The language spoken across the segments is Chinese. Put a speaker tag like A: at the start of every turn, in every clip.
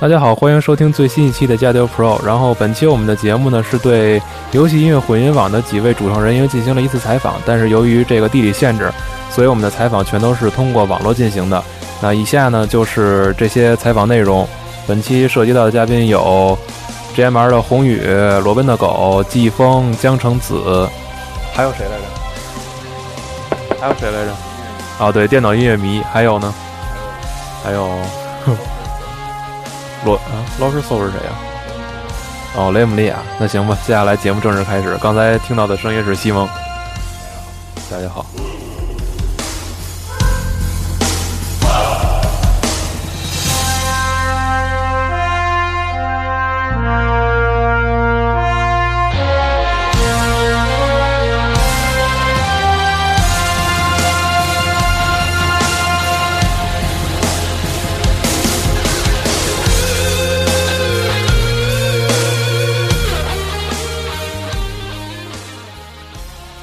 A: 大家好，欢迎收听最新一期的《加丢 Pro》。然后本期我们的节目呢是对游戏音乐混音网的几位主创人员进行了一次采访，但是由于这个地理限制，所以我们的采访全都是通过网络进行的。那以下呢就是这些采访内容。本期涉及到的嘉宾有 GMR 的宏宇、罗宾的狗、季风、江城子，还有谁来着？还有谁来着？啊，对，电脑音乐迷，还有呢？还有。罗啊，老师搜是谁呀、哦，雷姆利亚。那行吧，接下来节目正式开始。刚才听到的声音是西蒙。大家好。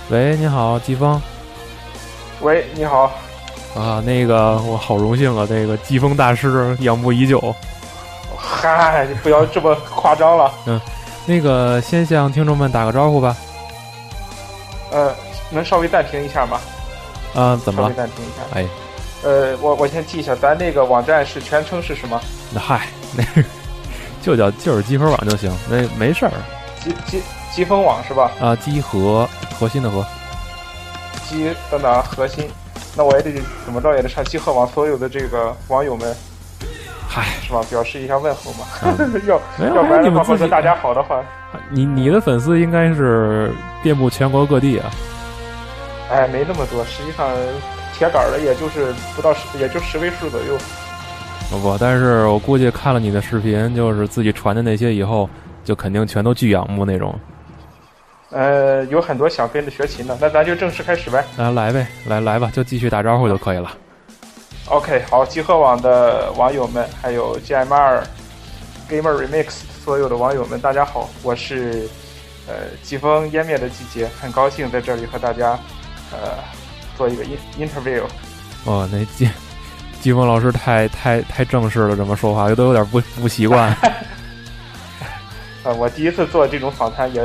A: 喂，你好，季风
B: 喂，你好，
A: 啊，那个我好荣幸啊，那个季风大师仰慕已久。
B: 嗨，你不要这么夸张了。
A: 那个先向听众们打个招呼吧。
B: 呃，能稍微暂停一下吗？
A: 啊，怎么
B: 稍微
A: 了？
B: 暂停一下。
A: 哎，
B: 呃，我我先记一下，咱那个网站是全称是什么？
A: 那嗨，那个就叫就是积分网就行，那没事儿
B: 积积积分网是吧？
A: 啊。积核核心的核，
B: 积等等啊核心，那我也得怎么着也得上集合网所有的这个网友们
A: 嗨，
B: 是吧？表示一下问候嘛。
A: 嗯
B: 要
A: 没有
B: 要不
A: 没有，
B: 然
A: 你
B: 的话，
A: 们
B: 或
A: 自己
B: 者
A: 啊
B: 大家好的话，
A: 你你的粉丝应该是遍布全国各地啊。
B: 哎，没那么多，实际上铁杆儿的也就是不到十，也就十位数左右。
A: 哦不，但是我估计看了你的视频，就是自己传的那些以后，就肯定全都巨仰慕那种。
B: 呃，有很多想跟着学琴的，那咱就正式开始呗。
A: 来来呗，来来吧，就继续打招呼就可以了。
B: OK，好，集合网的网友们，还有 GMR、Gamer Remix 所有的网友们，大家好，我是呃疾风湮灭的季节，很高兴在这里和大家呃做一个 in interview。
A: 哦，那季季风老师太太太正式了，这么说话都有点不不习 惯。
B: 呃，我第一次做这种访谈，也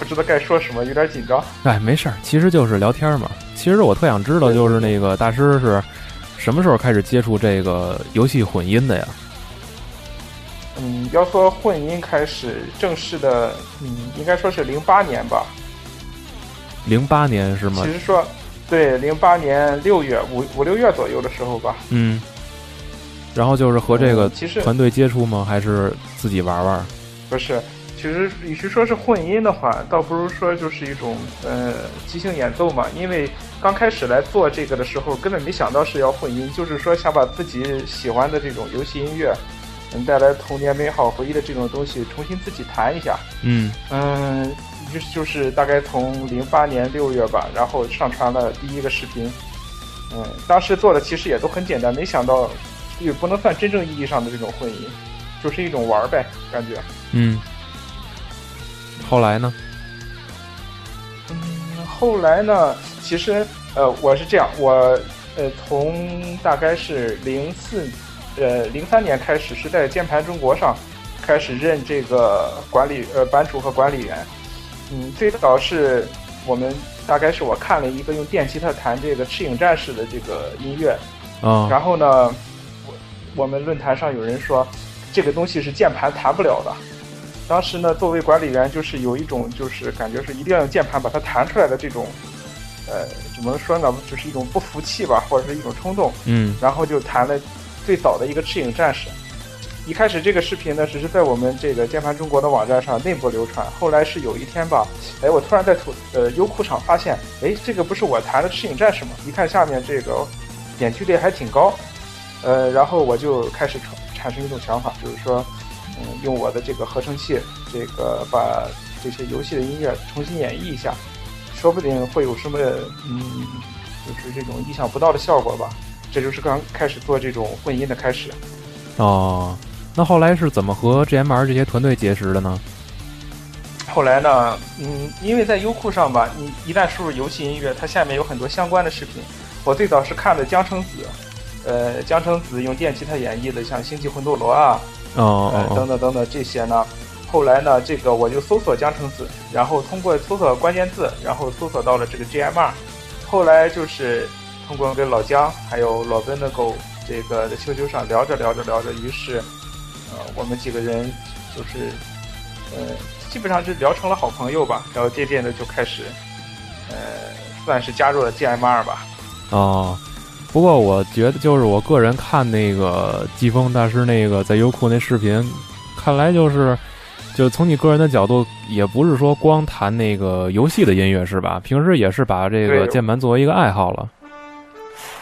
B: 不知道该说什么，有点紧张。
A: 哎，没事儿，其实就是聊天嘛。其实我特想知道，就是那个大师是什么时候开始接触这个游戏混音的呀？
B: 嗯，要说混音开始正式的，嗯，应该说是零八年吧。
A: 零八年是吗
B: 其？实说，对，零八年六月五五六月左右的时候吧。
A: 嗯。然后就是和这个
B: 嗯其实
A: 团队接触吗？还是自己玩玩？
B: 不是，其实与其说是混音的话，倒不如说就是一种呃即兴演奏嘛。因为刚开始来做这个的时候，根本没想到是要混音，就是说想把自己喜欢的这种游戏音乐，嗯，带来童年美好回忆的这种东西，重新自己弹一下。
A: 嗯，
B: 嗯，就是就是大概从零八年六月吧，然后上传了第一个视频。嗯，当时做的其实也都很简单，没想到也不能算真正意义上的这种混音，就是一种玩儿呗，感觉。
A: 嗯，后来呢？
B: 嗯，后来呢，其实呃，我是这样，我呃从大概是零四呃零三年开始，是在键盘中国上开始任这个管理呃版主和管理员。嗯，最早是我们大概是我看了一个用电吉他弹这个《赤影战士》的这个音乐，
A: 啊
B: 然后呢，我我们论坛上有人说这个东西是键盘弹不了的。当时呢，作为管理员，就是有一种就是感觉是一定要用键盘把它弹出来的这种，呃，怎么说呢，就是一种不服气吧，或者是一种冲动。
A: 嗯
B: 然后就谈了最早的一个《赤影战士》。一开始这个视频呢，只是在我们这个键盘中国的网站上内部流传。后来是有一天吧，哎，我突然在图呃优酷上发现，哎，这个不是我弹的《赤影战士》吗？一看下面这个点击率还挺高，呃，然后我就开始产产生一种想法，就是说，嗯，用我的这个合成器，这个把这些游戏的音乐重新演绎一下，说不定会有什么嗯，就是这种意想不到的效果吧。这就是刚开始做这种混音的开始。
A: 哦，那后来是怎么和 GMR 这些团队结识的呢？
B: 后来呢，嗯，因为在优酷上吧，你一旦输入游戏音乐，它下面有很多相关的视频。我最早是看的江城子，呃，江城子用电吉他演绎的，像《星际魂斗罗》啊，
A: 哦
B: 呃
A: 哦，哦，
B: 等等等等这些呢。后来呢，这个我就搜索江城子，然后通过搜索关键字，然后搜索到了这个 GMR。后来就是通过跟老姜还有老温的狗这个在 QQ 上聊着聊着聊着，于是呃我们几个人就是呃基本上就聊成了好朋友吧，然后渐渐的就开始呃算是加入了 GMR 吧。
A: 哦，不过我觉得，就是我个人看那个季风大师那个在优酷那视频，看来就是，就从你个人的角度，也不是说光弹那个游戏的音乐是吧？平时也是把这个
B: 对
A: 键盘作为一个爱好了。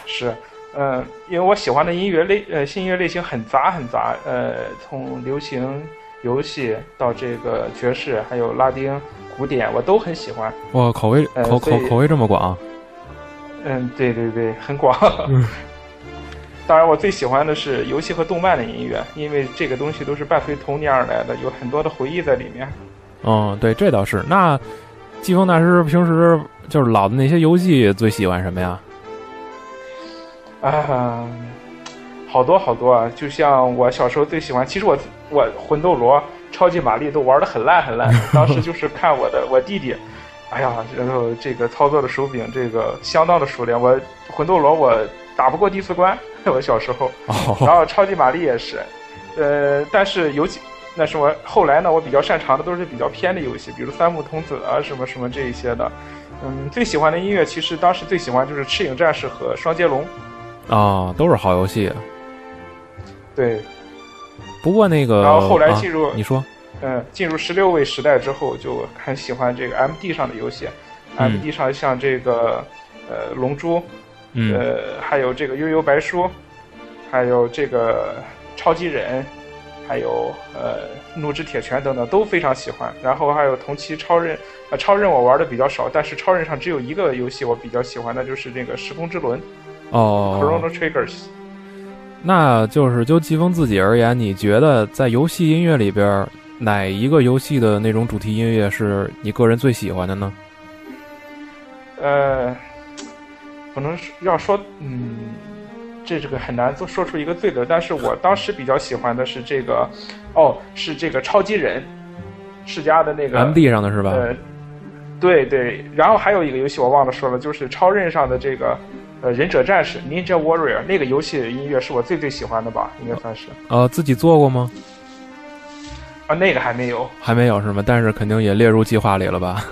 B: 是，嗯，因为我喜欢的音乐类，呃，新音乐类型很杂很杂，呃，从流行、游戏到这个爵士，还有拉丁、古典，我都很喜欢。
A: 哇，口味
B: 呃
A: 口
B: 所
A: 口
B: 以
A: 口味这么广，啊
B: 嗯，对对对，很广。 当然，我最喜欢的是游戏和动漫的音乐，因为这个东西都是伴随童年而来的，有很多的回忆在里面。
A: 嗯，对，这倒是。那季风大师平时就是老的那些游戏，最喜欢什么呀？
B: 啊，好多好多啊！就像我小时候最喜欢，其实我我魂斗罗、超级玛丽都玩的很烂很烂。当时就是看我的我弟弟，哎呀，然后这个操作的手柄这个相当的熟练。我魂斗罗我打不过第四关， 我小时候，然
A: 哦，
B: 后超级玛丽也是，呃，但是尤其那是我后来呢，我比较擅长的都是比较偏的游戏，比如三木童子啊什么什么这一些的。嗯，最喜欢的音乐其实当时最喜欢就是《赤影战士》和《双截龙》。
A: 哦，都是好游戏。
B: 对，
A: 不过那个，
B: 然后后来
A: 啊
B: 进入
A: 你说，
B: 嗯，进入十六位时代之后，就很喜欢这个 M D 上的游戏、
A: 嗯
B: m D 上像这个呃《龙珠》
A: 嗯，
B: 呃，还有这个《悠悠白书》，还有这个《超级忍》，还有呃《怒之铁拳》等等都非常喜欢。然后还有同期超任，呃超任我玩的比较少，但是超任上只有一个游戏我比较喜欢的就是那个《时空之轮》
A: 哦
B: （Chrono，Triggers）。
A: 那就是就季风自己而言，你觉得在游戏音乐里边儿，哪一个游戏的那种主题音乐是你个人最喜欢的呢？
B: 呃，可能是要说，嗯，这这个很难做说出一个对的，但是我当时比较喜欢的是这个，哦，是这个超级人，世嘉的那个
A: M D 上的是吧？
B: 呃，对对，然后还有一个游戏我忘了说了，就是超任上的这个。呃，忍者战士 Ninja Warrior 那个游戏音乐是我最最喜欢的吧，应该算是
A: 呃，自己做过吗？
B: 啊，那个还没有，
A: 还没有是吗？但是肯定也列入计划里了吧？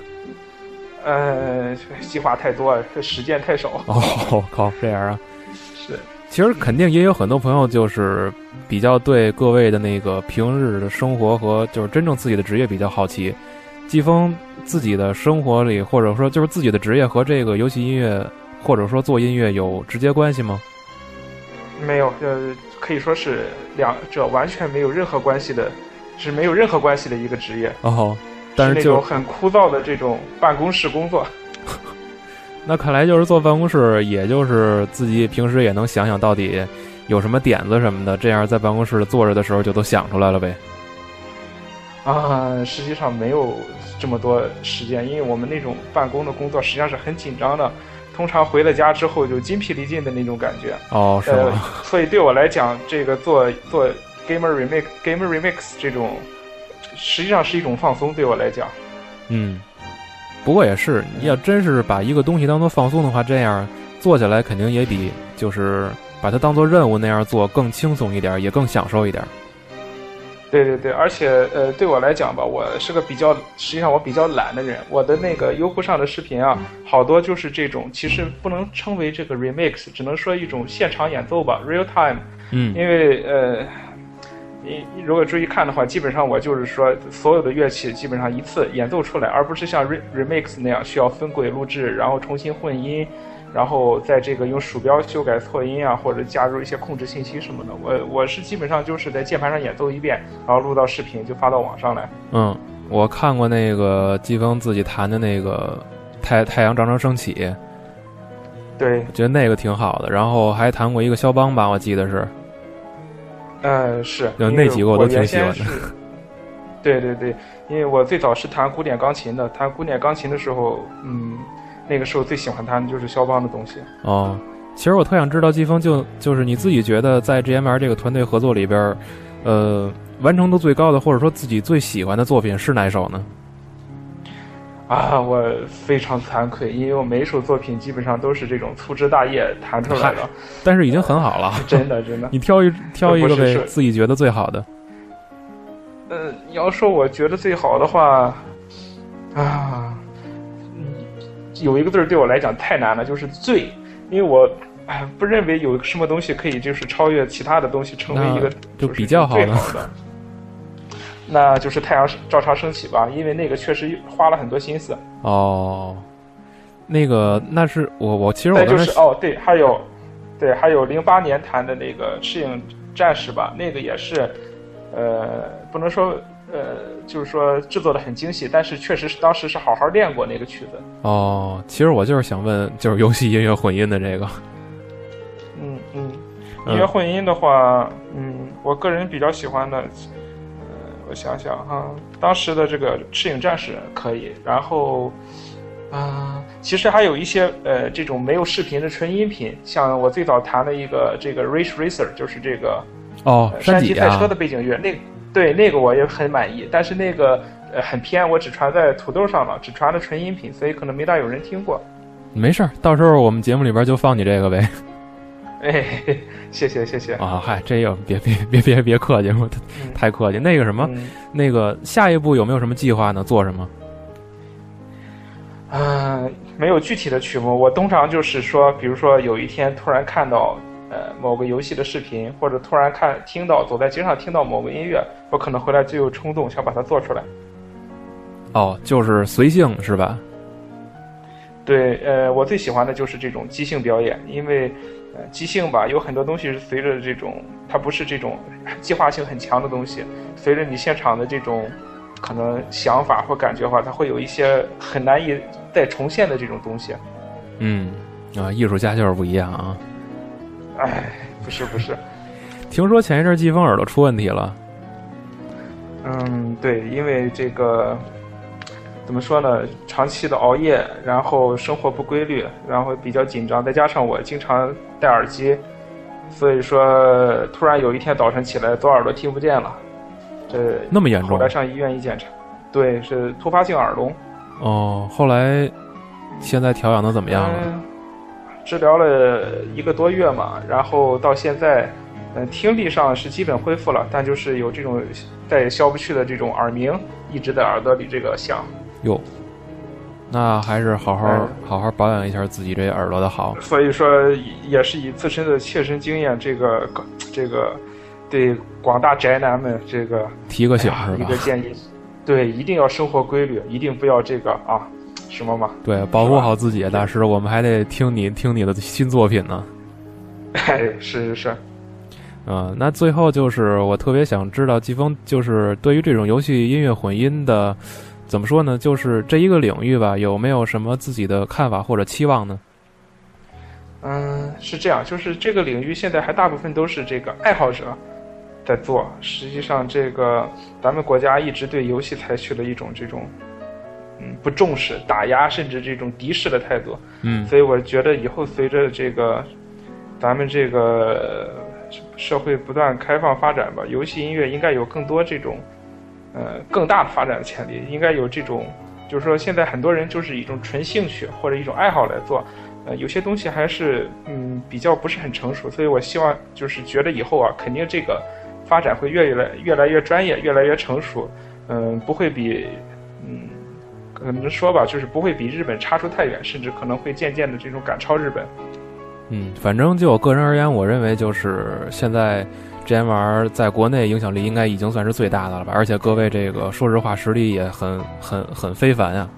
B: 呃，计划太多了，实践太少，
A: 哦，靠，这样啊。
B: 是，
A: 其实肯定也有很多朋友就是比较对各位的那个平日的生活和就是真正自己的职业比较好奇。季风自己的生活里，或者说就是自己的职业和这个游戏音乐，或者说做音乐有直接关系吗？
B: 没有，呃，可以说是两者完全没有任何关系的，是没有任何关系的一个职业，
A: 哦，但
B: 那
A: 是
B: 种
A: 就
B: 很枯燥的这种办公室工作。
A: 那看来就是坐办公室，也就是自己平时也能想想到底有什么点子什么的，这样在办公室坐着的时候就都想出来了呗。
B: 啊，实际上没有这么多时间，因为我们那种办公的工作实际上是很紧张的，通常回了家之后就筋疲力尽的那种感觉。
A: 哦，是
B: 呃
A: 吗？，
B: 所以对我来讲，这个做做 gamer remix gamer remix 这种，实际上是一种放松，对我来讲。
A: 嗯，不不过也是，你要真是把一个东西当做放松的话，这样做起来肯定也比就是把它当做任务那样做更轻松一点，也更享受一点。
B: 对对对，而且呃，对我来讲吧，我是个比较，实际上我比较懒的人。我的那个优酷上的视频啊，好多就是这种，其实不能称为这个 remix，只能说一种现场演奏吧，real time。
A: 嗯
B: 因为呃，你你如果注意看的话，基本上我就是说所有的乐器基本上一次演奏出来，而不是像 re remix 那样需要分轨录制，然后重新混音，然后在这个用鼠标修改错音啊，或者加入一些控制信息什么的。我我是基本上就是在键盘上演奏一遍，然后录到视频就发到网上来。
A: 嗯，我看过那个季风自己弹的那个《太太阳照常升起》，
B: 对，
A: 我觉得那个挺好的。然后还弹过一个肖邦吧，我记得是。
B: 嗯，是，
A: 呃
B: 因
A: 那
B: 为
A: 几个我都挺
B: 原
A: 喜欢
B: 先
A: 的
B: 是。对对对，因为我最早是弹古典钢琴的，弹古典钢琴的时候，嗯，那个时候最喜欢弹的就是肖邦的东西。
A: 哦，其实我特想知道季风就就是你自己觉得在 GMR 这个团队合作里边儿，呃，完成度最高的或者说自己最喜欢的作品是哪首呢？
B: 啊，我非常惭愧，因为我每一首作品基本上都是这种粗枝大叶弹出来的，
A: 但是已经很好了，
B: 真的真的。
A: 你挑一挑一个
B: 不是
A: 呗
B: 是，
A: 自己觉得最好的。
B: 呃，你要说我觉得最好的话，啊，嗯，有一个字儿对我来讲太难了，就是醉，因为我。哎，不认为有什么东西可以就是超越其他的东西，成为一个
A: 就
B: 就是
A: 比较好
B: 最
A: 的
B: 好的，那就是太阳照常升起吧，因为那个确实花了很多心思。
A: 哦，那个那是我我其实我
B: 再
A: 刚
B: 就
A: 才
B: 是哦，对，还有，对，还有零八年谈的那个《赤影战士》吧，那个也是，呃，不能说呃，就是说制作的很精细，但是确实是当时是好好练过那个曲子。
A: 哦，其实我就是想问，就是游戏音乐混音的这个，
B: 嗯嗯，
A: 嗯
B: 音乐混音的话，嗯，我个人比较喜欢的，呃，我想想哈、当时的这个《赤影战士》可以，然后。啊，其实还有一些呃，这种没有视频的纯音频，像我最早弹的一个这个《Race Racer》，就是这个呃
A: 哦，
B: 山
A: 脊
B: 地赛
A: 啊
B: 车，的背景乐，那对那个我也很满意，但是那个呃很偏，我只传在土豆上了，只传了纯音频，所以可能没大有人听过。
A: 没事儿，到时候我们节目里边就放你这个呗。
B: 哎，谢谢谢谢。
A: 啊，嗨，这个别别别别别客气，我太
B: 嗯
A: 太客气。那个什么，
B: 嗯
A: 那个下一步有没有什么计划呢？做什么？
B: 啊、没有具体的曲目，我通常就是说，比如说有一天突然看到呃某个游戏的视频，或者突然看听到走在街上听到某个音乐，我可能回来就有冲动想把它做出来。
A: 哦，就是随性是吧？
B: 对，呃，我最喜欢的就是这种即兴表演，因为，呃，即兴吧，有很多东西是随着这种，它不是这种计划性很强的东西，随着你现场的这种可能想法或感觉的话，它会有一些很难以再重现的这种东西。
A: 嗯，啊，艺术家就是不一样啊。
B: 哎，不是不是，
A: 听说前一阵季风耳朵出问题了，
B: 嗯，对，因为这个怎么说呢，长期的熬夜，然后生活不规律，然后比较紧张，再加上我经常戴耳机，所以说突然有一天早晨起来，左耳朵听不见了，这
A: 那么严
B: 后
A: 重
B: 来上医院一检查，对，是突发性耳聋。
A: 哦。后来现在调养的怎么样了？
B: 嗯，治疗了一个多月嘛，然后到现在，嗯、听力上是基本恢复了，但就是有这种再也消不去的这种耳鸣，一直在耳朵里这个响。
A: 哟，那还是好好、
B: 嗯
A: 好好保养一下自己这耳朵的好。
B: 所以说，也是以自身的切身经验，这个这个对广大宅男们这个
A: 提个醒是
B: 哎一
A: 吧
B: 个？建议，对，一定要生活规律，一定不要这个啊什么嘛，
A: 对，保护好自己，大师，我们还得听你听你的新作品呢。
B: 哎，是是是，
A: 嗯，那最后就是我特别想知道季风，就是对于这种游戏音乐混音的，怎么说呢？就是这一个领域吧，有没有什么自己的看法或者期望呢？
B: 嗯，是这样，就是这个领域现在还大部分都是这个爱好者在做。实际上，这个咱们国家一直对游戏采取了一种这种，嗯，不重视、打压甚至这种敌视的态度。
A: 嗯
B: 所以我觉得以后随着这个咱们这个呃社会不断开放发展吧，游戏音乐应该有更多这种呃更大的发展潜力，应该有这种就是说现在很多人就是一种纯兴趣或者一种爱好来做，呃，有些东西还是嗯比较不是很成熟，所以我希望就是觉得以后啊，肯定这个发展会越来越来越专业，越来越成熟，嗯、不会比嗯可能说吧，就是不会比日本差出太远，甚至可能会渐渐的这种赶超日本。
A: 嗯，反正就我个人而言，我认为就是现在 GMR 在国内影响力应该已经算是最大的了吧，而且各位这个说实话实力也很很很非凡啊呀、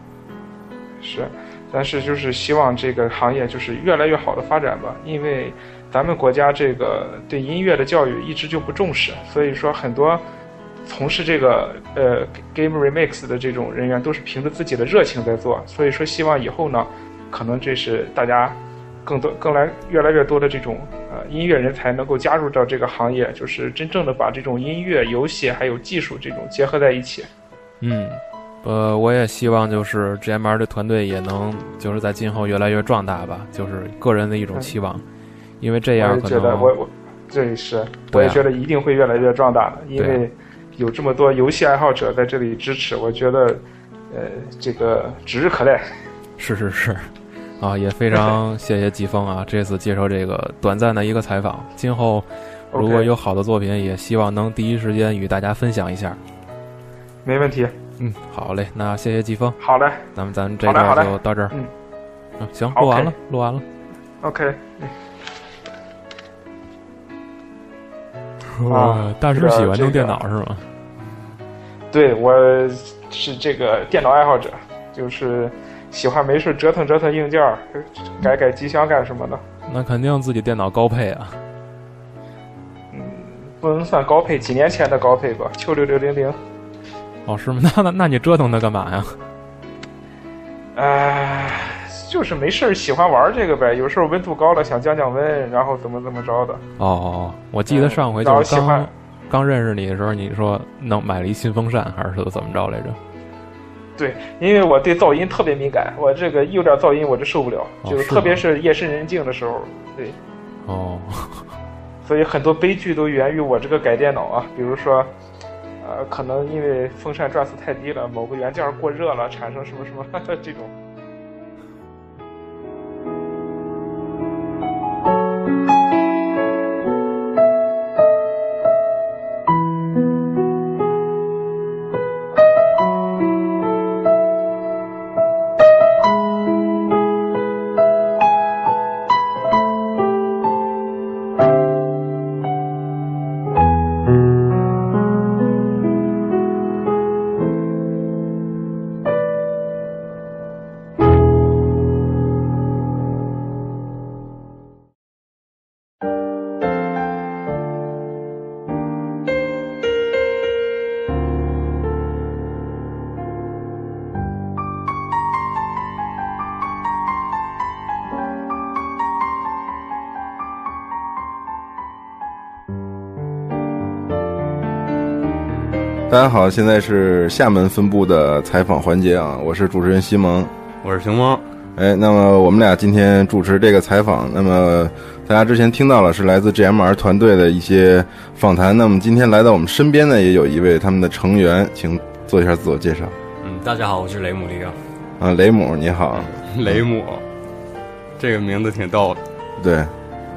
B: 是，但是就是希望这个行业就是越来越好的发展吧，因为咱们国家这个对音乐的教育一直就不重视，所以说很多从事这个呃 game remix 的这种人员都是凭着自己的热情在做，所以说希望以后呢，可能这是大家更多更来越来越多的这种呃音乐人才能够加入到这个行业，就是真正的把这种音乐、游戏还有技术这种结合在一起。
A: 嗯，呃，我也希望就是 GMR 的团队也能就是在今后越来越壮大吧，就是个人的一种期望，因为这
B: 我
A: 样
B: 也
A: 可
B: 觉得
A: 能
B: 我我这也是，我
A: 对
B: 也
A: 啊
B: 觉得一定会越来越壮大的，因
A: 对啊
B: 为有这么多游戏爱好者在这里支持，我觉得呃这个指日可待。
A: 是是 是，啊，也非常谢谢季风啊，这次接受这个短暂的一个采访，今后如果
B: OK
A: 有好的作品，也希望能第一时间与大家分享一下。
B: 没问题，
A: 嗯，好嘞，那谢谢季风，
B: 好嘞
A: 咱们咱们这
B: 好嘞
A: 段
B: 好嘞
A: 就到这儿。
B: 嗯
A: 嗯，行，录完
B: OK
A: 了，录完 了。
B: ，OK，
A: 哇啊大师
B: 这个
A: 喜欢
B: 这
A: 弄
B: 个
A: 电脑是吗？
B: 对我是这个电脑爱好者，就是喜欢没事折腾折腾硬件儿，改改机箱干什么的，
A: 那肯定自己电脑高配啊。
B: 不能算高配，几年前的高配吧，Q 六六零零。
A: 哦，是吗？ 那那那你折腾它干嘛呀？
B: 哎，就是没事儿喜欢玩这个呗，有时候温度高了想降降温，然后怎么怎么着的。
A: 哦哦，哦，我记得上回
B: 嗯然
A: 就
B: 后
A: 是
B: 喜
A: 刚、
B: 欢
A: 刚认识你的时候，你说弄买了一新风扇还是怎么着来着？
B: 对，因为我对噪音特别敏感，我这个一有点噪音我就受不了，
A: 哦
B: 就是
A: 是
B: 特别
A: 吗
B: 是夜深人静的时候，对，
A: 哦，
B: 所以很多悲剧都源于我这个改电脑啊，比如说，呃，可能因为风扇转速太低了，某个元件过热了，产生什么什 么这种。
C: 大家好，现在是厦门分部的采访环节啊，我是主持人西蒙。
D: 我是熊猫，
C: 哎，那么我们俩今天主持这个采访，那么大家之前听到了是来自 GMR 团队的一些访谈，那么今天来到我们身边呢，也有一位他们的成员，请做一下自我介绍。
D: 嗯，大家好，我是雷姆利啊，
C: 啊，雷姆你好，
D: 雷姆，这个名字挺逗的。
C: 对，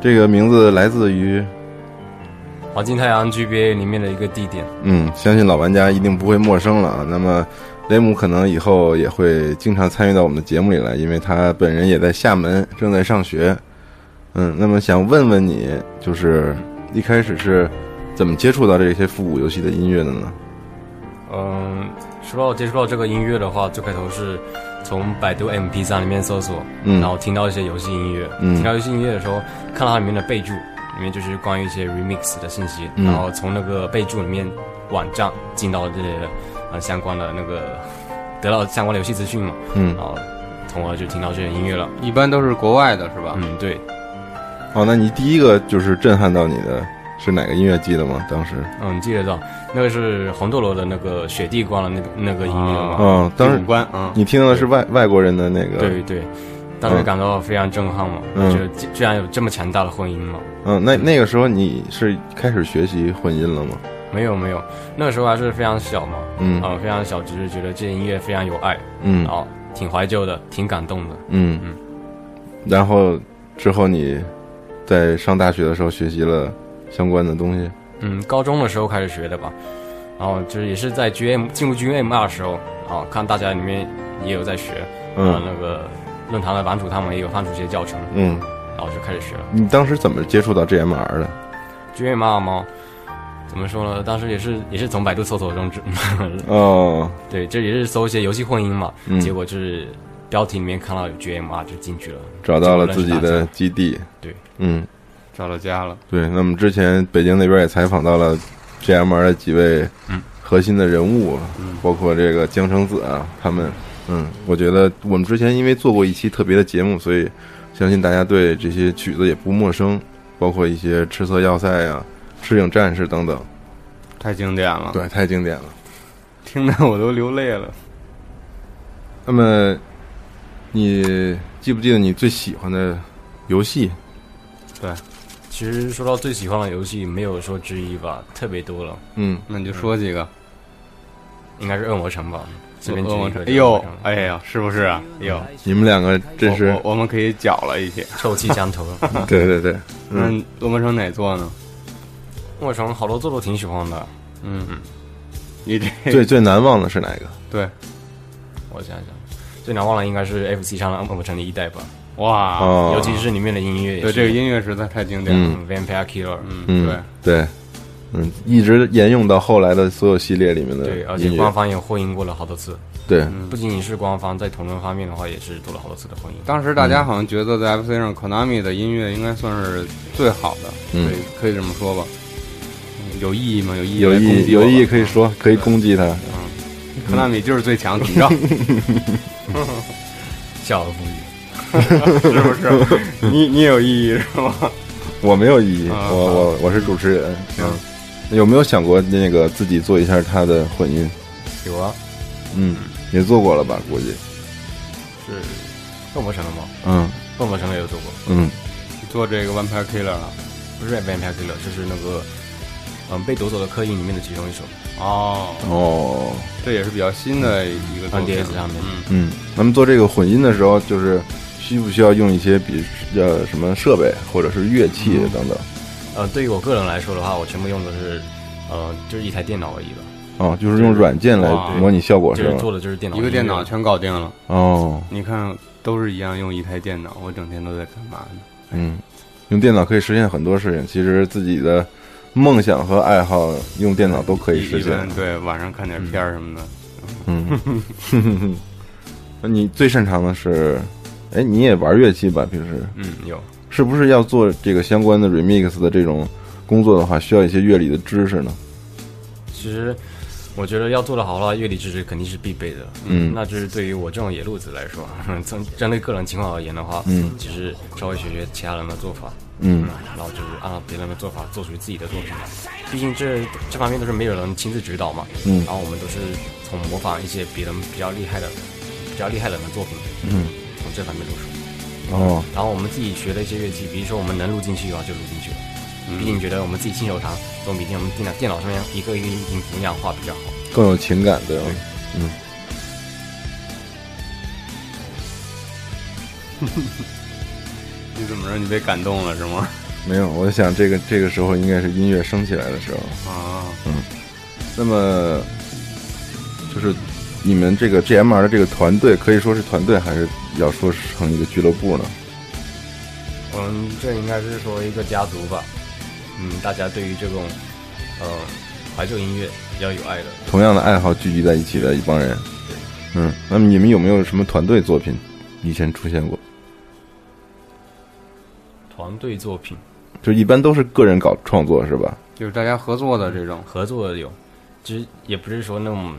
C: 这个名字来自于，
D: 黄金太阳 GBA 里面的一个地点，
C: 嗯，相信老玩家一定不会陌生了啊。那么雷姆可能以后也会经常参与到我们的节目里来，因为他本人也在厦门，正在上学。嗯，那么想问问你，就是一开始是怎么接触到这些复古游戏的音乐的呢？
D: 嗯，说到接触到这个音乐的话，最开头是从百度 MP 3里面搜索，
C: 嗯
D: 然后听到一些游戏音乐，
C: 嗯
D: 听到游戏音乐的时候，看到它里面的备注，里面就是关于一些 remix 的信息，
C: 嗯
D: 然后从那个备注里面网站进到这些呃相关的那个得到相关的游戏资讯嘛，
C: 嗯
D: 然，后从而就听到这些音乐了。
E: 一般都是国外的是吧？
D: 嗯，对，
C: 哦，那你第一个就是震撼到你的是哪个音乐记得吗？当时，
D: 嗯，记得到，那个是红斗罗的那个雪地光的那个那个音乐嘛。
C: 嗯、当时
E: 第五关啊，
C: 你听的是外外国人的那个，
D: 对对，当时感到非常震撼嘛，
C: 嗯
D: 就居居然有这么强大的混音嘛。
C: 嗯，那那个时候你是开始学习混音了吗？
D: 没有没有，那时候还是非常小嘛，
C: 嗯
D: 啊、非常小，只是觉得这音乐非常有爱，
C: 嗯
D: 啊，挺怀旧的，挺感动的。
C: 嗯
D: 嗯
C: 然后之后你在上大学的时候学习了相关的东西，
D: 嗯，高中的时候开始学的吧，然后就是也是在 GM 进入 GM 二的时候啊，看大家里面也有在学，啊，
C: 嗯
D: 那个论坛的版主他们也有放出一些教程，
C: 嗯，
D: 然后就开始学了。
C: 你当时怎么接触到 GMR 的？
D: GM 二嘛，怎么说呢？当时也是也是从百度搜索中知， 嗯
C: 哦，
D: 对，这也是搜一些游戏混音嘛，
C: 嗯
D: 结果就是标题里面看到有 GM 二就进去了。
C: 找到了自己的基地，
D: 对，
C: 嗯，
E: 找到家了，
C: 对。那么之前北京那边也采访到了 GMR 的几位
D: 嗯
C: 核心的人物，包括这个江城子啊，他们，嗯，我觉得我们之前因为做过一期特别的节目，所以相信大家对这些曲子也不陌生，包括一些赤色要塞啊、赤影战士等等，
E: 太经典了，
C: 对，太经典了。
E: 听得我都流泪了。
C: 那么，你记不记得你最喜欢的游戏？
D: 其实说到最喜欢的游戏，没有说之一吧，特别多了，
C: 嗯，
E: 那你就说几个，
D: 应该是恶魔城吧。这边举
E: 恶
D: 一
E: 魔
D: 个恶
E: 城，
D: 魔
E: 哎呦
D: 城，
E: 哎呀，是不是啊？哎呦，
C: 你们两个真是
E: 我我我们可以搅了一起。
D: 臭气相 投。恶
C: 对对对，
E: 那
C: 嗯
E: 恶魔城哪座呢？
D: 魔城好多作都挺喜欢的，
E: 嗯，你这
C: 最最难忘的是哪一个？
E: 对，
D: 我想想，最难忘的应该是 FC 上的恶魔城的一代吧，
E: 哇，
C: 哦，
D: 啊尤其是里面的音乐也
E: 对
D: 是。
E: 这个音乐实在太经典了。
D: 嗯 Vampire Killer，
E: 嗯，对
C: 嗯，对，嗯，一直沿用到后来的所有系列里面的
D: 对，而且嗯
C: 音
D: 官
C: 乐，
D: 方也混音过了好多次，
C: 对，
E: 嗯
D: 不仅仅是官方，在同人方面的话也是做了好多次的混音。
E: 当时大家好像觉得在 FC 上 Konami 的音乐应该算是最好的，
C: 嗯
E: 可以可以这么说吧。嗯有意义吗？有意义，
C: 有意有意义可以说
D: 嗯
C: 可以攻击他，
E: ，Konami 就是最强，怎么着？
D: 笑而不语。
E: 是不是？你你有意义是吗？
C: 我没有意义，
D: 嗯
E: 啊
C: 我我我是主持人，嗯，有没有想过那个自己做一下他的混音？
D: 有啊，
C: 嗯，也做过了吧，估计，
D: 是恶魔城的吗？
C: 嗯
D: 恶魔城也有做过，
C: 嗯
E: 做这个 Vampire Killer 了？
D: 不是 Vampire Killer，就是那个嗯被夺走的刻印里面的其中一首，
E: 哦，
C: 哦。
E: 这也是比较新的一个作品
D: 3DS 上面
E: 嗯，
C: 嗯，咱们做这个混音的时候，就是需不需要用一些比呃什么设备或者是乐器
D: 嗯
C: 等等？
D: 呃，对于我个人来说的话，我全部用的是呃就是一台电脑而已吧，
C: 哦，就是用软件来
E: 哇
C: 模拟效果
D: 就是是
C: 吧？
D: 做的就是电脑
E: 一个电脑
D: 音乐
E: 全搞定了。
C: 哦，
E: 你看，都是一样用一台电脑，我整天都在干嘛呢？
C: 嗯，用电脑可以实现很多事情。其实自己的梦想和爱好用电脑都可以
E: 一
C: 实
E: 一
C: 现
E: 般。对，晚上看点片儿什么的。
C: 嗯， 那你最擅长的是，哎，你也玩乐器吧？平时
D: 嗯有。
C: 是不是要做这个相关的 remix 的这种工作的话，需要一些乐理的知识呢？
D: 其实我觉得要做得好的话，乐理知识肯定是必备的。
C: 嗯
D: 那就是对于我这种野路子来说， 针针对个人情况而言的话，
C: 嗯，
D: 其实稍微学学其他人的做法，
C: 嗯，
E: 啊
D: 然后就是按照别人的做法做出自己的作品。毕竟这这方面都是没有人亲自指导嘛，
C: 嗯
D: 然后我们都是从模仿一些别人比较厉害的、比较厉害的人的作品，
C: 嗯，
D: 从这方面入手。
C: 哦，
D: 然后我们自己学的一些乐器，比如说我们能录进去的话就录进去了。
E: 嗯
D: 毕竟觉得我们自己亲手弹，总比我们电脑电脑上面一个一个音频图样画比较好。
C: 更有情感，对吧？嗯。
E: 你怎么着？你被感动了是吗？
C: 没有，我想这个这个时候应该是音乐升起来的时候。嗯
E: 啊，
C: 那么，就是你们这个 GMR 的这个团队，可以说是团队，还是要说成一个俱乐部呢？
D: 嗯，这应该是说一个家族吧。嗯，大家对于这种呃怀旧音乐比较有爱的，
C: 同样的爱好聚集在一起的一帮人。嗯，那么你们有没有什么团队作品以前出现过？
D: 团队作品
C: 就一般都是个人搞创作是吧？
E: 就是大家合作的这种。
D: 合作的有，其实也不是说那种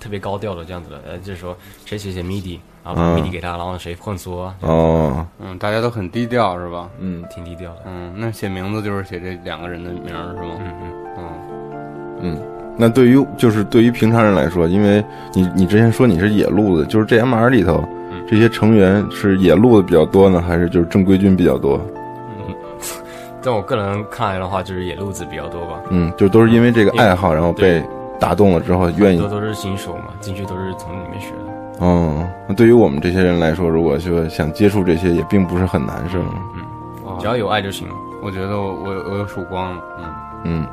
D: 特别高调的这样子的，呃，就是说谁写写 MIDI，然后把
C: 嗯
D: MIDI 给他，然后谁混缩啊，
C: 哦，
E: 嗯，大家都很低调是吧？
C: 嗯
D: 挺低调的。
E: 嗯，那写名字就是写这两个人的名儿是吗？
D: 嗯嗯，
E: 嗯，
C: 嗯。那对于就是对于平常人来说，因为你你之前说你是野路子，就是 GMR 里头
D: 嗯
C: 这些成员是野路子比较多呢，还是就是正规军比较多？
D: 但我个人看来的话，就是野路子比较多吧，
C: 嗯，就都是因为这个爱好，然后被打动了之后愿
D: 很
C: 意
D: 多都是新手嘛，进去都是从里面学的。
C: 哦，那对于我们这些人来说，如果说想接触这些，也并不是很难，是吗？哦嗯
D: 只要有爱就行了。
E: 我觉得我我有我有曙光了，嗯，
C: 嗯，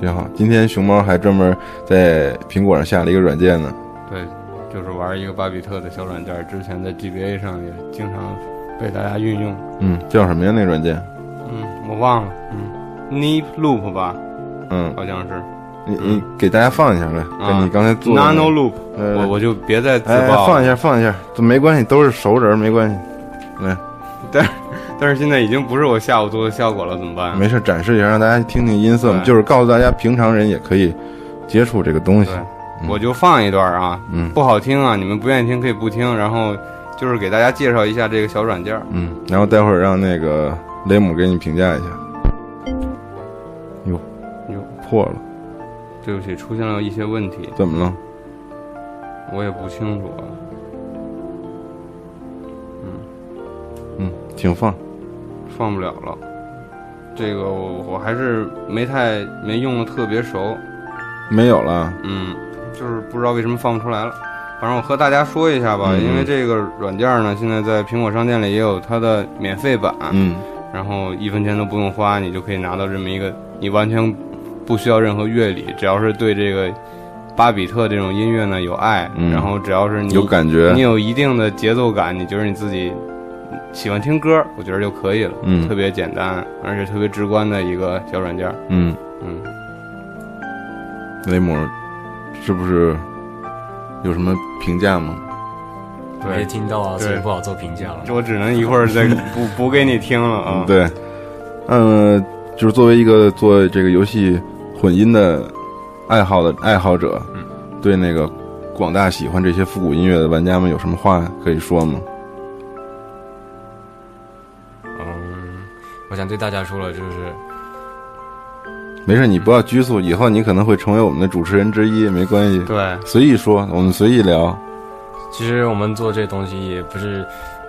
C: 挺好。今天熊猫还专门在苹果上下了一个软件呢。
E: 嗯对，就是玩一个巴比特的小软件，之前在 GBA 上也经常被大家运用，
C: 嗯，叫什么呀？那软件？
E: 嗯，我忘了，嗯，Nip Loop 吧，
C: 嗯，
E: 好像是
C: 你你给大家放一下来，
E: 啊
C: 跟你刚才做的那个
E: Nano Loop，
C: 呃
E: 我我就别再自
C: 哎，
E: 爆了，
C: 放一下，放一下，这没关系，都是熟人，没关系。来，
E: 但是现在已经不是我下午做的效果了，怎么办？
C: 没事，展示一下，让大家听听音色，
E: 啊对
C: 就是告诉大家，平常人也可以接触这个东西。
E: 对我就放一段啊，
C: 嗯
E: 不好听啊，你们不愿意听可以不听，然后就是给大家介绍一下这个小软件儿。
C: 嗯，然后待会儿让那个雷姆给你评价一下。哟
E: 哟，
C: 破了，
E: 对不起，出现了一些问题，
C: 怎么了？
E: 我也不清楚啊。
C: 嗯，请放。
E: 放不了了。这个我我还是没太没用的特别熟，
C: 没有了。啊
E: 嗯，就是不知道为什么放不出来了。反正我和大家说一下吧，
C: 嗯
E: 因为这个软件呢，现在在苹果商店里也有它的免费版，
C: 嗯
E: 然后一分钱都不用花，你就可以拿到这么一个，你完全不需要任何乐理，只要是对这个巴比特这种音乐呢有爱，
C: 嗯
E: 然后只要是你
C: 有感觉
E: 你有一定的节奏感，你觉得你自己喜欢听歌，我觉得就可以了。
C: 嗯
E: 特别简单，而且特别直观的一个小软件儿。
C: 嗯，
E: 嗯，
C: 雷姆是不是有什么评价吗？
D: 我也
E: 对，
D: 听到啊，
E: 对
D: 所以不好做评价了。
E: 我只能一会儿再补补给你听了啊。，
C: 嗯 对，嗯、就是作为一个做这个游戏混音的爱好的爱好者，
E: 嗯
C: 对那个广大喜欢这些复古音乐的玩家们有什么话可以说吗？
D: 嗯，我想对大家说了，就是
C: 没事，你不要拘束，以后你可能会成为我们的主持人之一，没关系，
E: 对，
C: 随意说，我们随意聊。
D: 其实我们做这东西也不是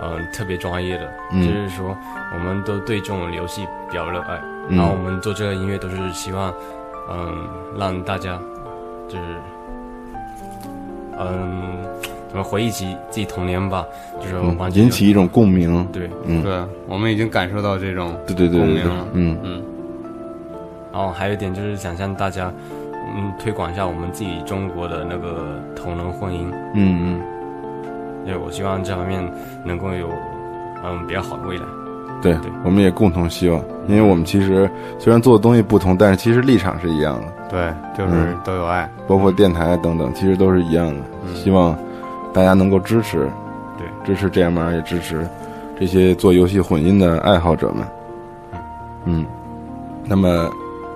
D: 嗯、特别专业的，
C: 嗯
D: 就是说我们都对这种游戏比较热爱，
C: 嗯
D: 然后我们做这个音乐都是希望嗯、让大家就是嗯、怎么回忆起自己童年吧，就是
C: 嗯
D: 完全
C: 引起一种共鸣，
D: 对，
C: 嗯，
E: 对，我们已经感受到这种，
C: 对对对
E: 共
C: 对
E: 鸣
C: 对
E: 了，
C: 嗯，
E: 嗯，
D: 然后还有一点就是想向大家嗯推广一下我们自己中国的那个同人婚姻，
C: 嗯
D: 因为我希望这方面能够有嗯比较好的未来。
C: 嗯，对
D: 对，
C: 我们也共同希望，因为我们其实虽然做的东西不同，但是其实立场是一样的，
E: 对，
C: 嗯
E: 就是都有爱。
C: 包括电台等等，其实都是一样的。希望大家能够支持，
D: 对，
C: 支持 JMR，也支持这些做游戏混音的爱好者们。嗯，那么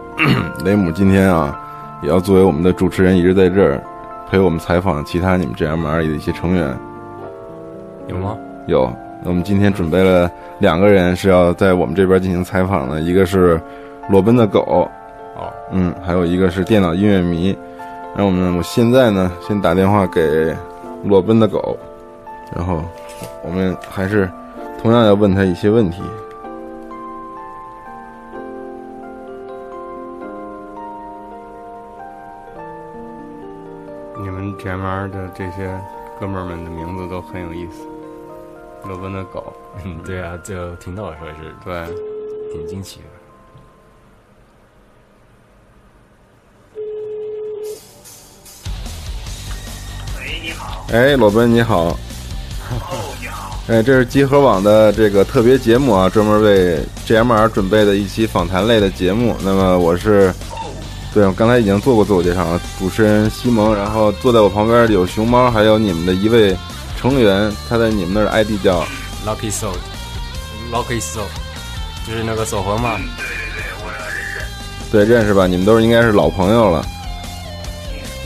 C: 雷姆今天啊，也要作为我们的主持人，一直在这儿陪我们采访其他你们 JMR 里的一些成员。
D: 有吗？
C: 有，我们今天准备了两个人是要在我们这边进行采访的，一个是裸奔的狗，
D: 哦，
C: 嗯，还有一个是电脑音乐迷。让我们我现在呢，先打电话给裸奔的狗，然后我们还是同样要问他一些问题。
E: 你们前面的这些哥们儿们的名字都很有意思，罗温的狗，
D: 嗯，对啊，就听到的时候也是
E: 对，
D: 挺惊奇的。
C: 哎，裸奔你好。哎，这是集合网的这个特别节目啊，专门为 GMR 准备的一期访谈类的节目。那么我是，对我刚才已经做过自我介绍了，主持人西蒙。然后坐在我旁边有熊猫，还有你们的一位成员，他在你们那儿的 ID 叫
D: Lucky Soul，Lucky Soul，就是那个锁魂嘛。
C: 对，认识吧？你们都是应该是老朋友了。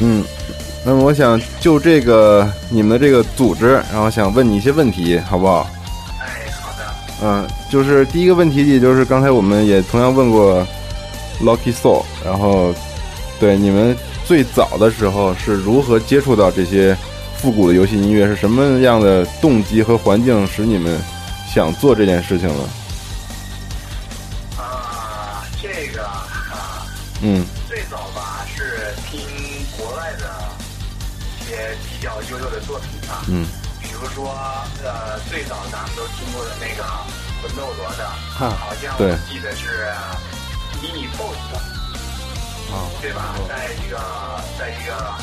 C: 嗯，那么我想就这个你们的这个组织，然后想问你一些问题，好不好？哎，好的。嗯，就是第一个问题，也就是刚才我们也同样问过 Lucky Soul，然后对你们最早的时候是如何接触到这些复古的游戏音乐，是什么样的动机和环境使你们想做这件事情了？
F: 啊，的啊，
C: 嗯
F: 最早吧是听国外的一些比较优秀的作品吧，
C: 嗯，
F: 比如说呃最早咱们都听过的那个魂斗罗的，
C: 哈
F: 好像
C: 对
F: 我记得是呃 Mini Boss
D: 啊，
F: 对吧？
C: 哦
F: 在一个在一个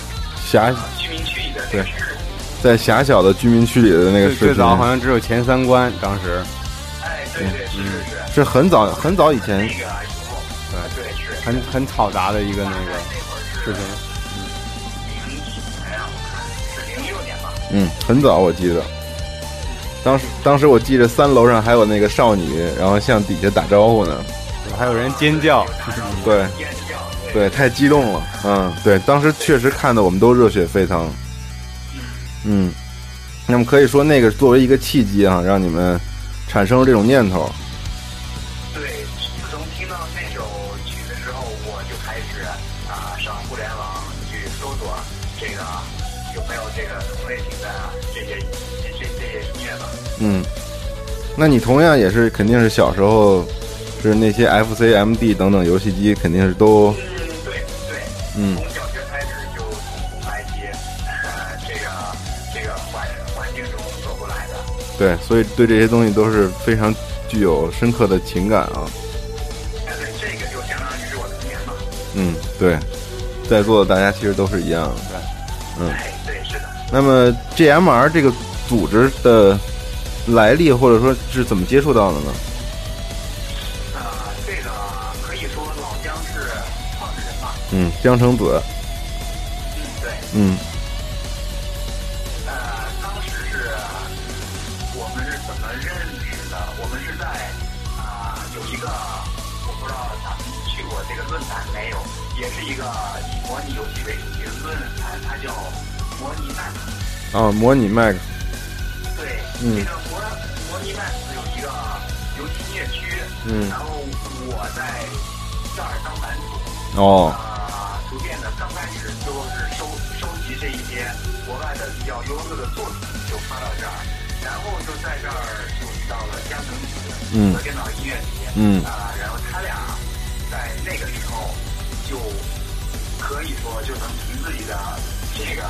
C: 狭
F: 居民区里的那个
C: 对
F: 视频，
C: 在狭小的居民区里的那个
E: 最
C: 视
E: 最
C: 频，
E: 早好像只有前三关，当时
F: 哎，对对是是是，
C: 是很早很早以前
F: 那个以后，对是。
E: 很很嘈杂的一个那
F: 大概
E: 个
F: 那会儿
E: 视频。
F: 是零几年啊，我看是零六年吧。
C: 嗯，很早我记得。当时当时我记着三楼上还有那个少女，然后向底下打招呼呢。
E: 还有人尖叫，
C: 对，
F: 尖叫，对，
C: 对，太激动了。嗯，对，当时确实看的我们都热血沸腾。嗯，那么可以说那个作为一个契机啊，让你们产生了这种念头。
F: 对，自从听到那首曲子之后，我就开始啊、上互联网去搜索这个有没有这个同类型的这些这这这些音乐吧。
C: 嗯，那你同样也是肯定是小时候，是那些 FC、MD 等等游戏机肯定是都
F: 嗯，对对，
C: 嗯
F: 从小学开始就从红白机呃这个这个环环境中走过来的。
C: 对，所以对这些东西都是非常具有深刻的情感啊。
F: 哎对，这个就相当于是我童年嘛。
C: 嗯，对，在座的大家其实都是一样的。
F: 哎，对，是的。
C: 那么 GMR 这个组织的来历，或者说是怎么接触到的呢？
F: 啊，这个可以说老姜是创始人吧。
C: 嗯，江城子，
F: 嗯，对，
C: 嗯
F: 呃，当时是我们是怎么认识的？我们是在啊、有一个我不知道咱们去过这个论坛没有，也是一个以模拟游戏为主题的论坛，它叫模拟 m a
C: 啊，模拟 Mac，
F: 对，
C: 嗯
F: 这个模模拟 Max 有一个游戏音乐区，
C: 嗯
F: 然后我在这儿当版主，
C: 哦，
F: 啊，逐渐的，刚开始就是收收集这一些国外的比较优秀的作品，就发到这儿，然后就在这儿就遇到了加藤
C: 嗯
F: 子和电脑音乐节，
C: 嗯
F: 啊，然后他俩在那个时候就可以说就能凭自己的这个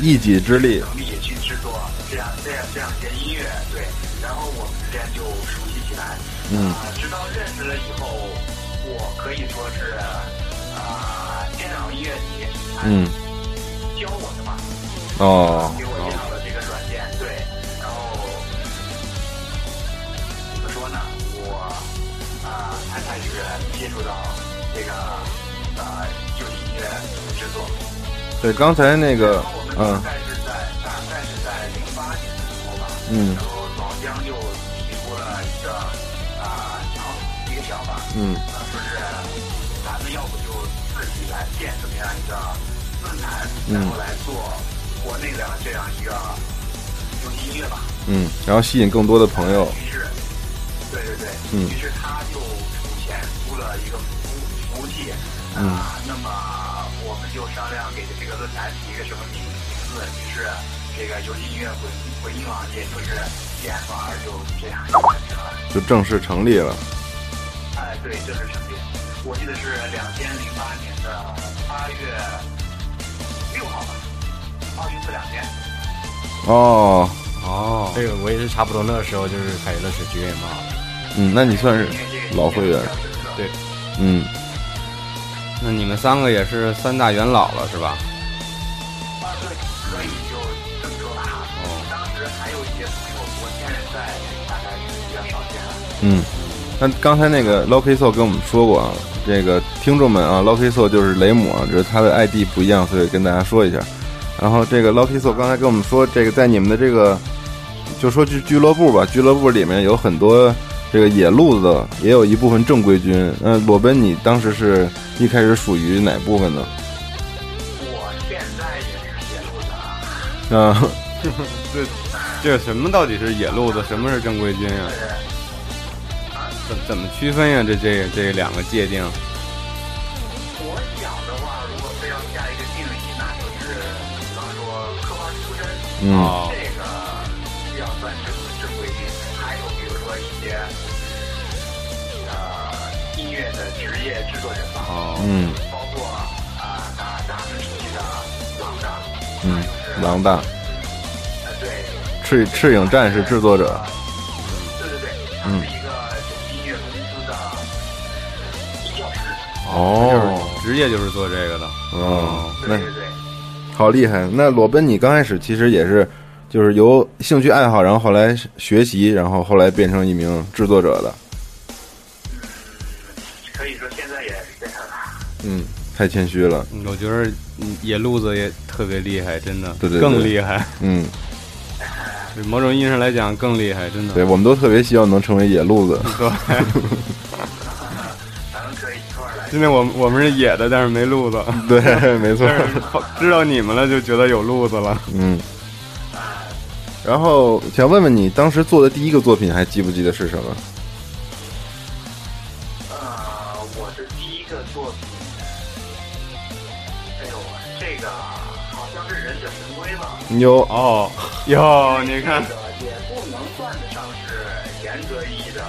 C: 一己之力，
F: 能力去制作这样这样这样一些音乐，对，然后我们之间就熟悉起来，
C: 嗯
F: 啊，直到认识了以后，我可以说是啊，电脑音乐节，
C: 嗯，
F: 教我的嘛，
C: 哦
F: 给我介绍了这个软件，对，然后怎么说呢，我啊，才开始接触到这个啊，游戏音乐制作，
C: 对，刚才那
F: 然
C: 个
F: 后我们，
C: 嗯、
F: 大概是在大概是在零八年的时候吧，
C: 嗯
F: 然后老姜就提出了一个啊，想一个想法，
C: 嗯
F: 啊，就是咱们要不就自己来建这么样一个论坛，
C: 嗯
F: 然后来做国内的这样一个流行音乐吧。
C: 嗯，然后吸引更多的朋友，
F: 于是，对对对，
C: 嗯
F: 于是他就出钱租了一个服务服务器，啊、
C: 嗯
F: 那么我们就商量给这个论坛起一个什么名名字，于是这个游戏音乐回回音啊网，也就是 GFR 就这样就诞生了。
C: 就正式成立了。
F: 哎，对，这是成立。我记得是两千零八年的八月六号吧，奥运会两年。
C: 哦，
E: 哦，
D: 这个我也是差不多那个时候就是开始认识 GMR，
C: 嗯，那你算是
F: 因为这个
C: 老会员，
F: 对，
C: 嗯，
E: 那你们三个也是三大元老了是吧？
F: 啊，对，可以就这么说吧。当时还有一些朋友，我现在在大概是比较少见了。
C: 嗯，那刚才那个 Loki So 跟我们说过啊，这个听众们啊，Loki So 就是雷姆啊，只是他的 ID 不一样，所以跟大家说一下。然后这个 Loki So 刚才跟我们说，这个在你们的这个，就说俱俱乐部吧，俱乐部里面有很多这个野路子，也有一部分正规军。那裸奔，你当时是一开始属于哪部分呢？
F: 我现在也是野路子啊，
C: 啊，
E: 这什么到底是野路子，什么是正规军啊？怎怎么区分呀、这这这两个界定？
F: 我想的话，如果非要下一个定义，那就是比方说科班出身，
C: 嗯
E: 哦，
F: 这个需要算正正规军，还有比如说一些呃一音乐的职业制作人吧，
E: 哦，
C: 嗯
F: 包括啊打打字出去的狼大，
C: 嗯，狼大，
F: 呃对，
C: 赤赤影战士制作者，
F: 对对对，他是一个就是音乐公司的嗯教师，
C: 哦，
E: 职业就是做这个的。嗯
C: 哦，
F: 对
C: 那
F: 对对，
C: 好厉害。那裸奔，你刚开始其实也是，就是由兴趣爱好，然后后来学习，然后后来变成一名制作者的。
F: 可以说现在也是这样的。
C: 嗯，太谦虚了。
E: 嗯我觉得嗯野路子也特别厉害，真的，
C: 对对对
E: 更厉害。
C: 嗯，
E: 就某种意义上来讲，更厉害，真的。
C: 对，我们都特别希望能成为野 路子。
F: 咱们可以一块儿来。
E: 因为我们我们是野的，但是没路子。
C: 对，没错。
E: 但是知道你们了，就觉得有路子了。
C: 嗯。然后想问问你，当时做的第一个作品还记不记得是什么？
F: 呃，我的第一个作品，哎呦，这个好像是《忍者神龟》吧？
C: 有
E: 哦，哟，你
F: 这
E: 看，
F: 个也不能算得上是严格意义的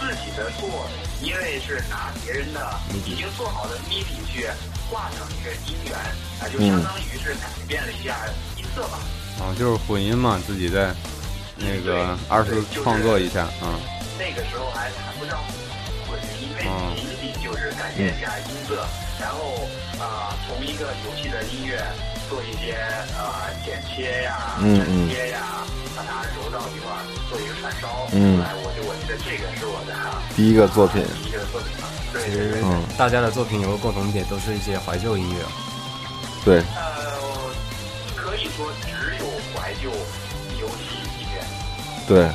F: 自己的作品，因为是拿别人的已经做好的 MIDI 去化成一个音源，啊，就相当于是改变了一下音色吧。
E: 哦，就是混音嘛，自己在那个二次创作一下啊。
F: 那个时候还谈不上混音，因为
C: 嗯
F: 仅仅就是改变一下音色，然后啊、从一个游戏的音乐做一些啊、剪切呀、
C: 嗯
F: 粘
C: 嗯
F: 贴呀，把它揉到一块儿做一个串烧。
C: 嗯
F: 后来我就我记得这个是我的
C: 第一个作品，
F: 第一个作品吧。对
D: 其
F: 对
D: 实
F: 对，
C: 嗯
D: 大家的作品有个共同点，都是一些怀旧音乐。
C: 对，
F: 呃，可以说只有怀旧游戏音乐，
C: 对，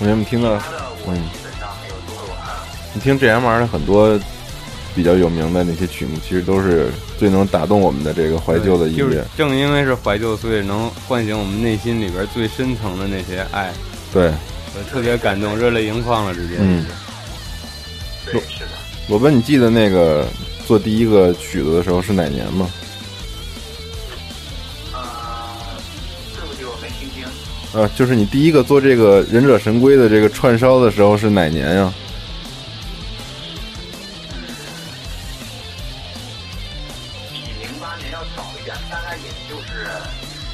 C: 我们听到
F: 它的我
C: 嗯
F: 基本上没有做过啊。
C: 你听 GMR 的很多比较有名的那些曲目，其实都是最能打动我们的这个怀旧的音
E: 就
C: 乐
E: 是。正因为是怀旧，所以能唤醒我们内心里边最深层的那些爱，
C: 对，
E: 我特别感动，热泪盈眶了，直接。
C: 嗯，
F: 对，是的。
C: 罗奔，你记得那个做第一个曲子的时候是哪年吗？
F: 呃，对不起，我没听清。
C: 啊，就是你第一个做这个《忍者神龟》的这个串烧的时候是哪年啊呀？
F: 比零八年要早一点，大概也就是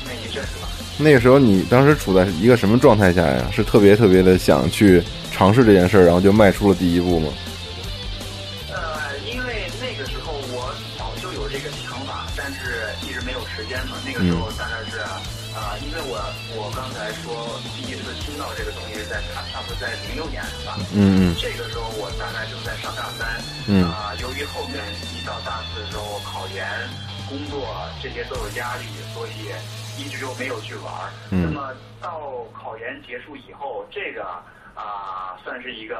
F: 那一阵子吧。
C: 那个时候你当时处在一个什么状态下呀？是特别特别的想去尝试这件事儿，然后就迈出了第一步吗？
F: 呃，因为那个时候我早就有这个想法，但是一直没有时间嘛。那个时候
C: 嗯
F: 大概是，呃，因为我我刚才说第一次听到这个东西是在差差不多在零六年吧。
C: 嗯
F: 这个时候我大概正在上大三，
C: 嗯
F: 啊、由于后面一到大四的时候考研、工作这些都有压力，所以一直就没有去玩儿。
C: 嗯
F: 那么到考研结束以后，这个啊、算是一个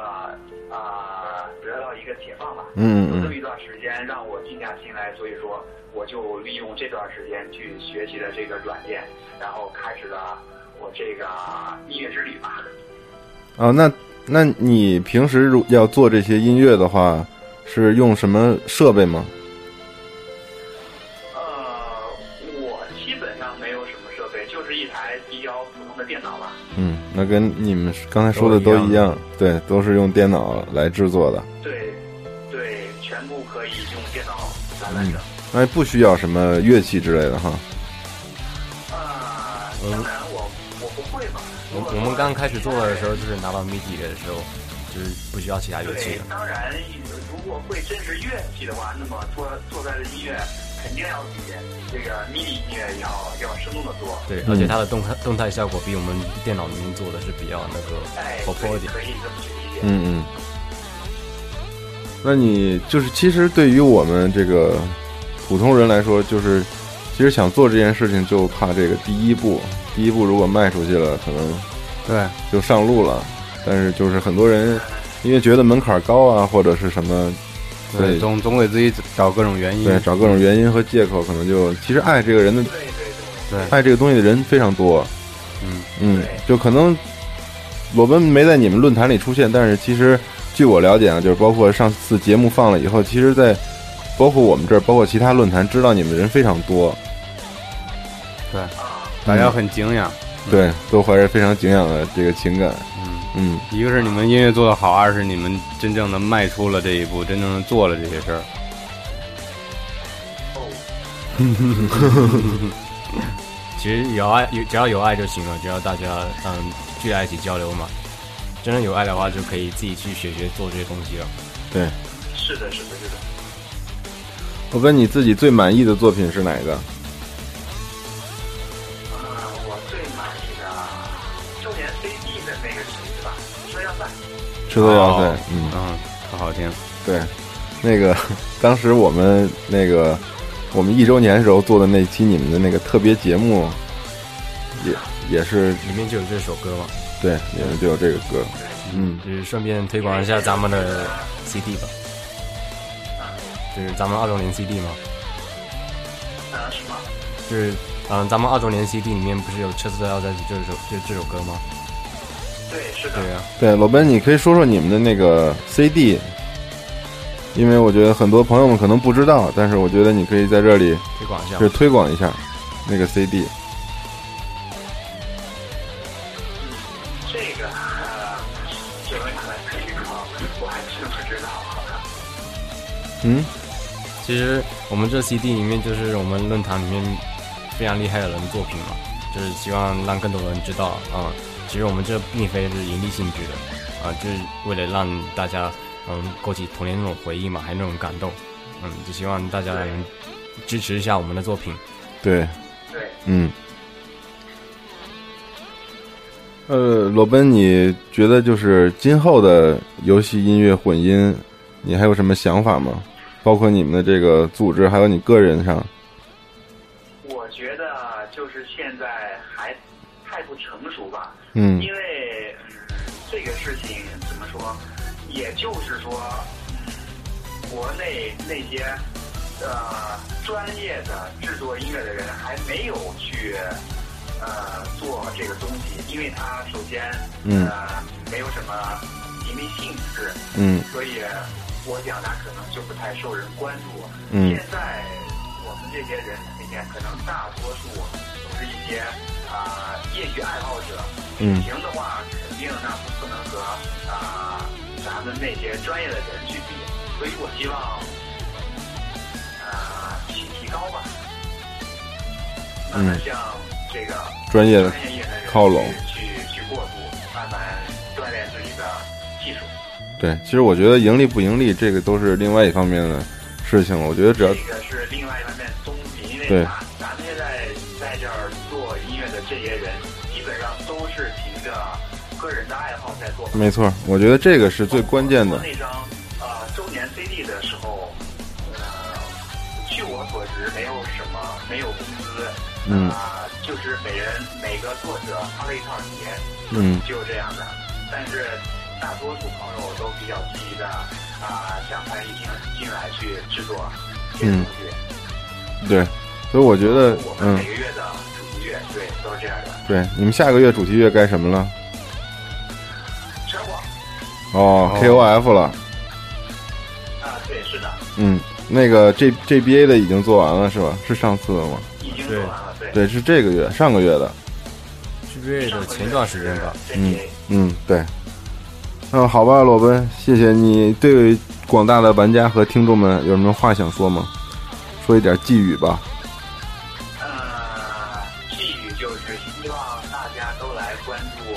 F: 啊、得到一个解放吧。
C: 嗯嗯嗯
F: 有这么一段时间让我静下心来，所以说我就利用这段时间去学习了这个软件，然后开始了我这个音乐之旅吧。
C: 啊，那那你平时如要做这些音乐的话，是用什么设备吗？
F: 呃，我基本上没有什么设备，就是一台比较普通的电脑吧。
C: 嗯，那跟你们刚才说的都一样，对，都是用电脑来制作的，
F: 对，对，全部可以用电脑来完成。
C: 那不需要什么乐器之类的哈。
F: 啊、当然我我不会嘛。
D: 嗯我我们刚开始做的时候，就是拿到 MIDI 的时候，就是不需要其他乐器
F: 对
D: 的，。
F: 当然，如果会真实乐器的话，那么做做出来的音乐肯定要比这个 MIDI 音乐要要生动的多。
D: 对，而且它的动态动态效果比我们电脑里面做的是比较那
F: 哎
D: 个，活泼一
F: 对
D: 点。
F: 可以这么去理解。
C: 嗯嗯。那你就是其实对于我们这个普通人来说，就是其实想做这件事情，就怕这个第一步，第一步如果迈出去了，可能
E: 对，
C: 就上路了。但是就是很多人因为觉得门槛高啊，或者是什么，所以
E: 对，总总给自己找各种原因。
C: 对找各种原因和借口，可能就其实爱这个人的
F: 对对对，
C: 爱这个东西的人非常多，
E: 嗯
C: 嗯
F: 对，
C: 就可能裸奔没在你们论坛里出现，但是其实据我了解啊，就是包括上次节目放了以后，其实，在包括我们这儿，包括其他论坛，知道你们的人非常多，嗯
E: 大家很敬仰。
C: 对，都怀着非常敬仰的这个情感，
E: 嗯，
C: 嗯
E: 一个是你们音乐做得好，二是你们真正的迈出了这一步，真正的做了这些事儿。
D: 其实有爱，有只要有爱就行了，只要大家嗯聚在一起交流嘛。真的有爱的话，就可以自己去学学做这些东西了。
F: 是的，是的，是的。
C: 我问你自己最满意的作品是哪个？
F: 呃，我最满意的周年 CD 的那个曲子吧，你说要算。
C: 吃喝要塞
E: 哦，
C: 嗯，
E: 嗯，特好听。
C: 对，那个当时我们那个我们一周年的时候做的那期你们的那个特别节目，也也是
D: 里面就有这首歌嘛，
C: 对，里面就有这个歌，嗯，
D: 就是顺便推广一下咱们的 CD 吧，就是咱们二周年 CD 嘛，
F: 呃，是吗？
D: 就是嗯，咱们二周年 CD 里面不是有《车子要在这首就这首歌吗？
F: 对，是的。
D: 对啊，
C: 对，老奔，你可以说说你们的那个 CD，因为我觉得很多朋友们可能不知道，但是我觉得你可以在这里
D: 推广一下
C: 就是。推广一下那个 CD。
F: 这个呃，这个可能这个我还真不知道。
C: 嗯，
D: 其实我们这 CD 里面就是我们论坛里面非常厉害的人作品嘛，就是希望让更多人知道啊、其实我们这并非是盈利性质的啊、就是为了让大家嗯勾起童年那种回忆嘛，还有那种感动，嗯，就希望大家能支持一下我们的作品。
C: 对，
F: 对，
C: 嗯。呃，罗奔，你觉得就是今后的游戏音乐混音，你还有什么想法吗？包括你们的这个组织，还有你个人上，嗯
F: 我觉得就是现在还太不成熟吧。
C: 嗯
F: 因为嗯这个事情怎么说，也就是说，嗯国内那些呃专业的制作音乐的人还没有去呃做这个东西，因为他首先
C: 嗯
F: 呃没有什么盈利性质，
C: 嗯
F: 所以我想他可能就不太受人关注。
C: 嗯
F: 现在我们这些人里面，可能大多数都是一些啊、业余爱好者。
C: 嗯
F: 旅行的话，肯定那不不能和啊、咱们那些专业的人去比，所以我希望啊、去提高吧，慢慢向这个
C: 嗯专业的
F: 专业的人
C: 靠拢
F: 去去去过渡，慢慢锻炼自己的技术。
C: 对，其实我觉得盈利不盈利，这个都是另外一方面的事情了。我觉得只要
F: 这个是另外一方面东西，因为
C: 呃对
F: 咱咱们现在在这儿做音乐的这些人，基本上都是凭着个人的爱好在做。
C: 没错，我觉得这个是最关键的
F: 包括。那张呃周年 CD 的时候，呃，据我所知，没有什么，没有工资，
C: 嗯
F: 啊、就是每人每个作者发了一套碟，
C: 嗯
F: 就这样的。但是大多数朋友都比较积极的啊、想参与进进来去制作
C: 嗯
F: 这些东西。
C: 对，所以我觉得，
F: 我们
C: 嗯
F: 每，个月的主题乐对都是这样的。
C: 对，你们下个月主题乐该什么了？
F: 全国
C: 哦，KOF 了，
F: 啊，对，是的，
C: 嗯，那个 G GBA 的已经做完了是吧？是上次的吗？
F: 已经做完了，对。
C: 对，是这个月，上个月的，
D: 这个月
F: 上
D: 的
F: 个月
D: 前段时间吧，
F: 是
C: 嗯
F: JTA
C: 嗯，对。嗯，好吧，裸奔，谢谢你对广大的玩家和听众们有什么话想说吗？说一点寄语吧。
F: 呃，寄语就是希望大家都来关注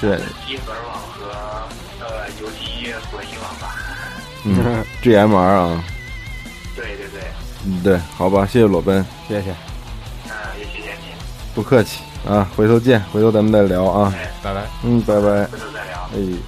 C: 对，
F: 机核网和呃游戏音乐混音网吧。
C: 嗯，GMR 啊，
F: 对对对，
C: 嗯，对，好吧，谢谢裸奔。
D: 谢谢，
F: 呃，也谢谢你，
C: 不客气啊，回头见，回头咱们再聊啊。
F: 哎，
D: 拜拜。
C: 嗯，拜拜。
F: 回头再聊。
C: 哎，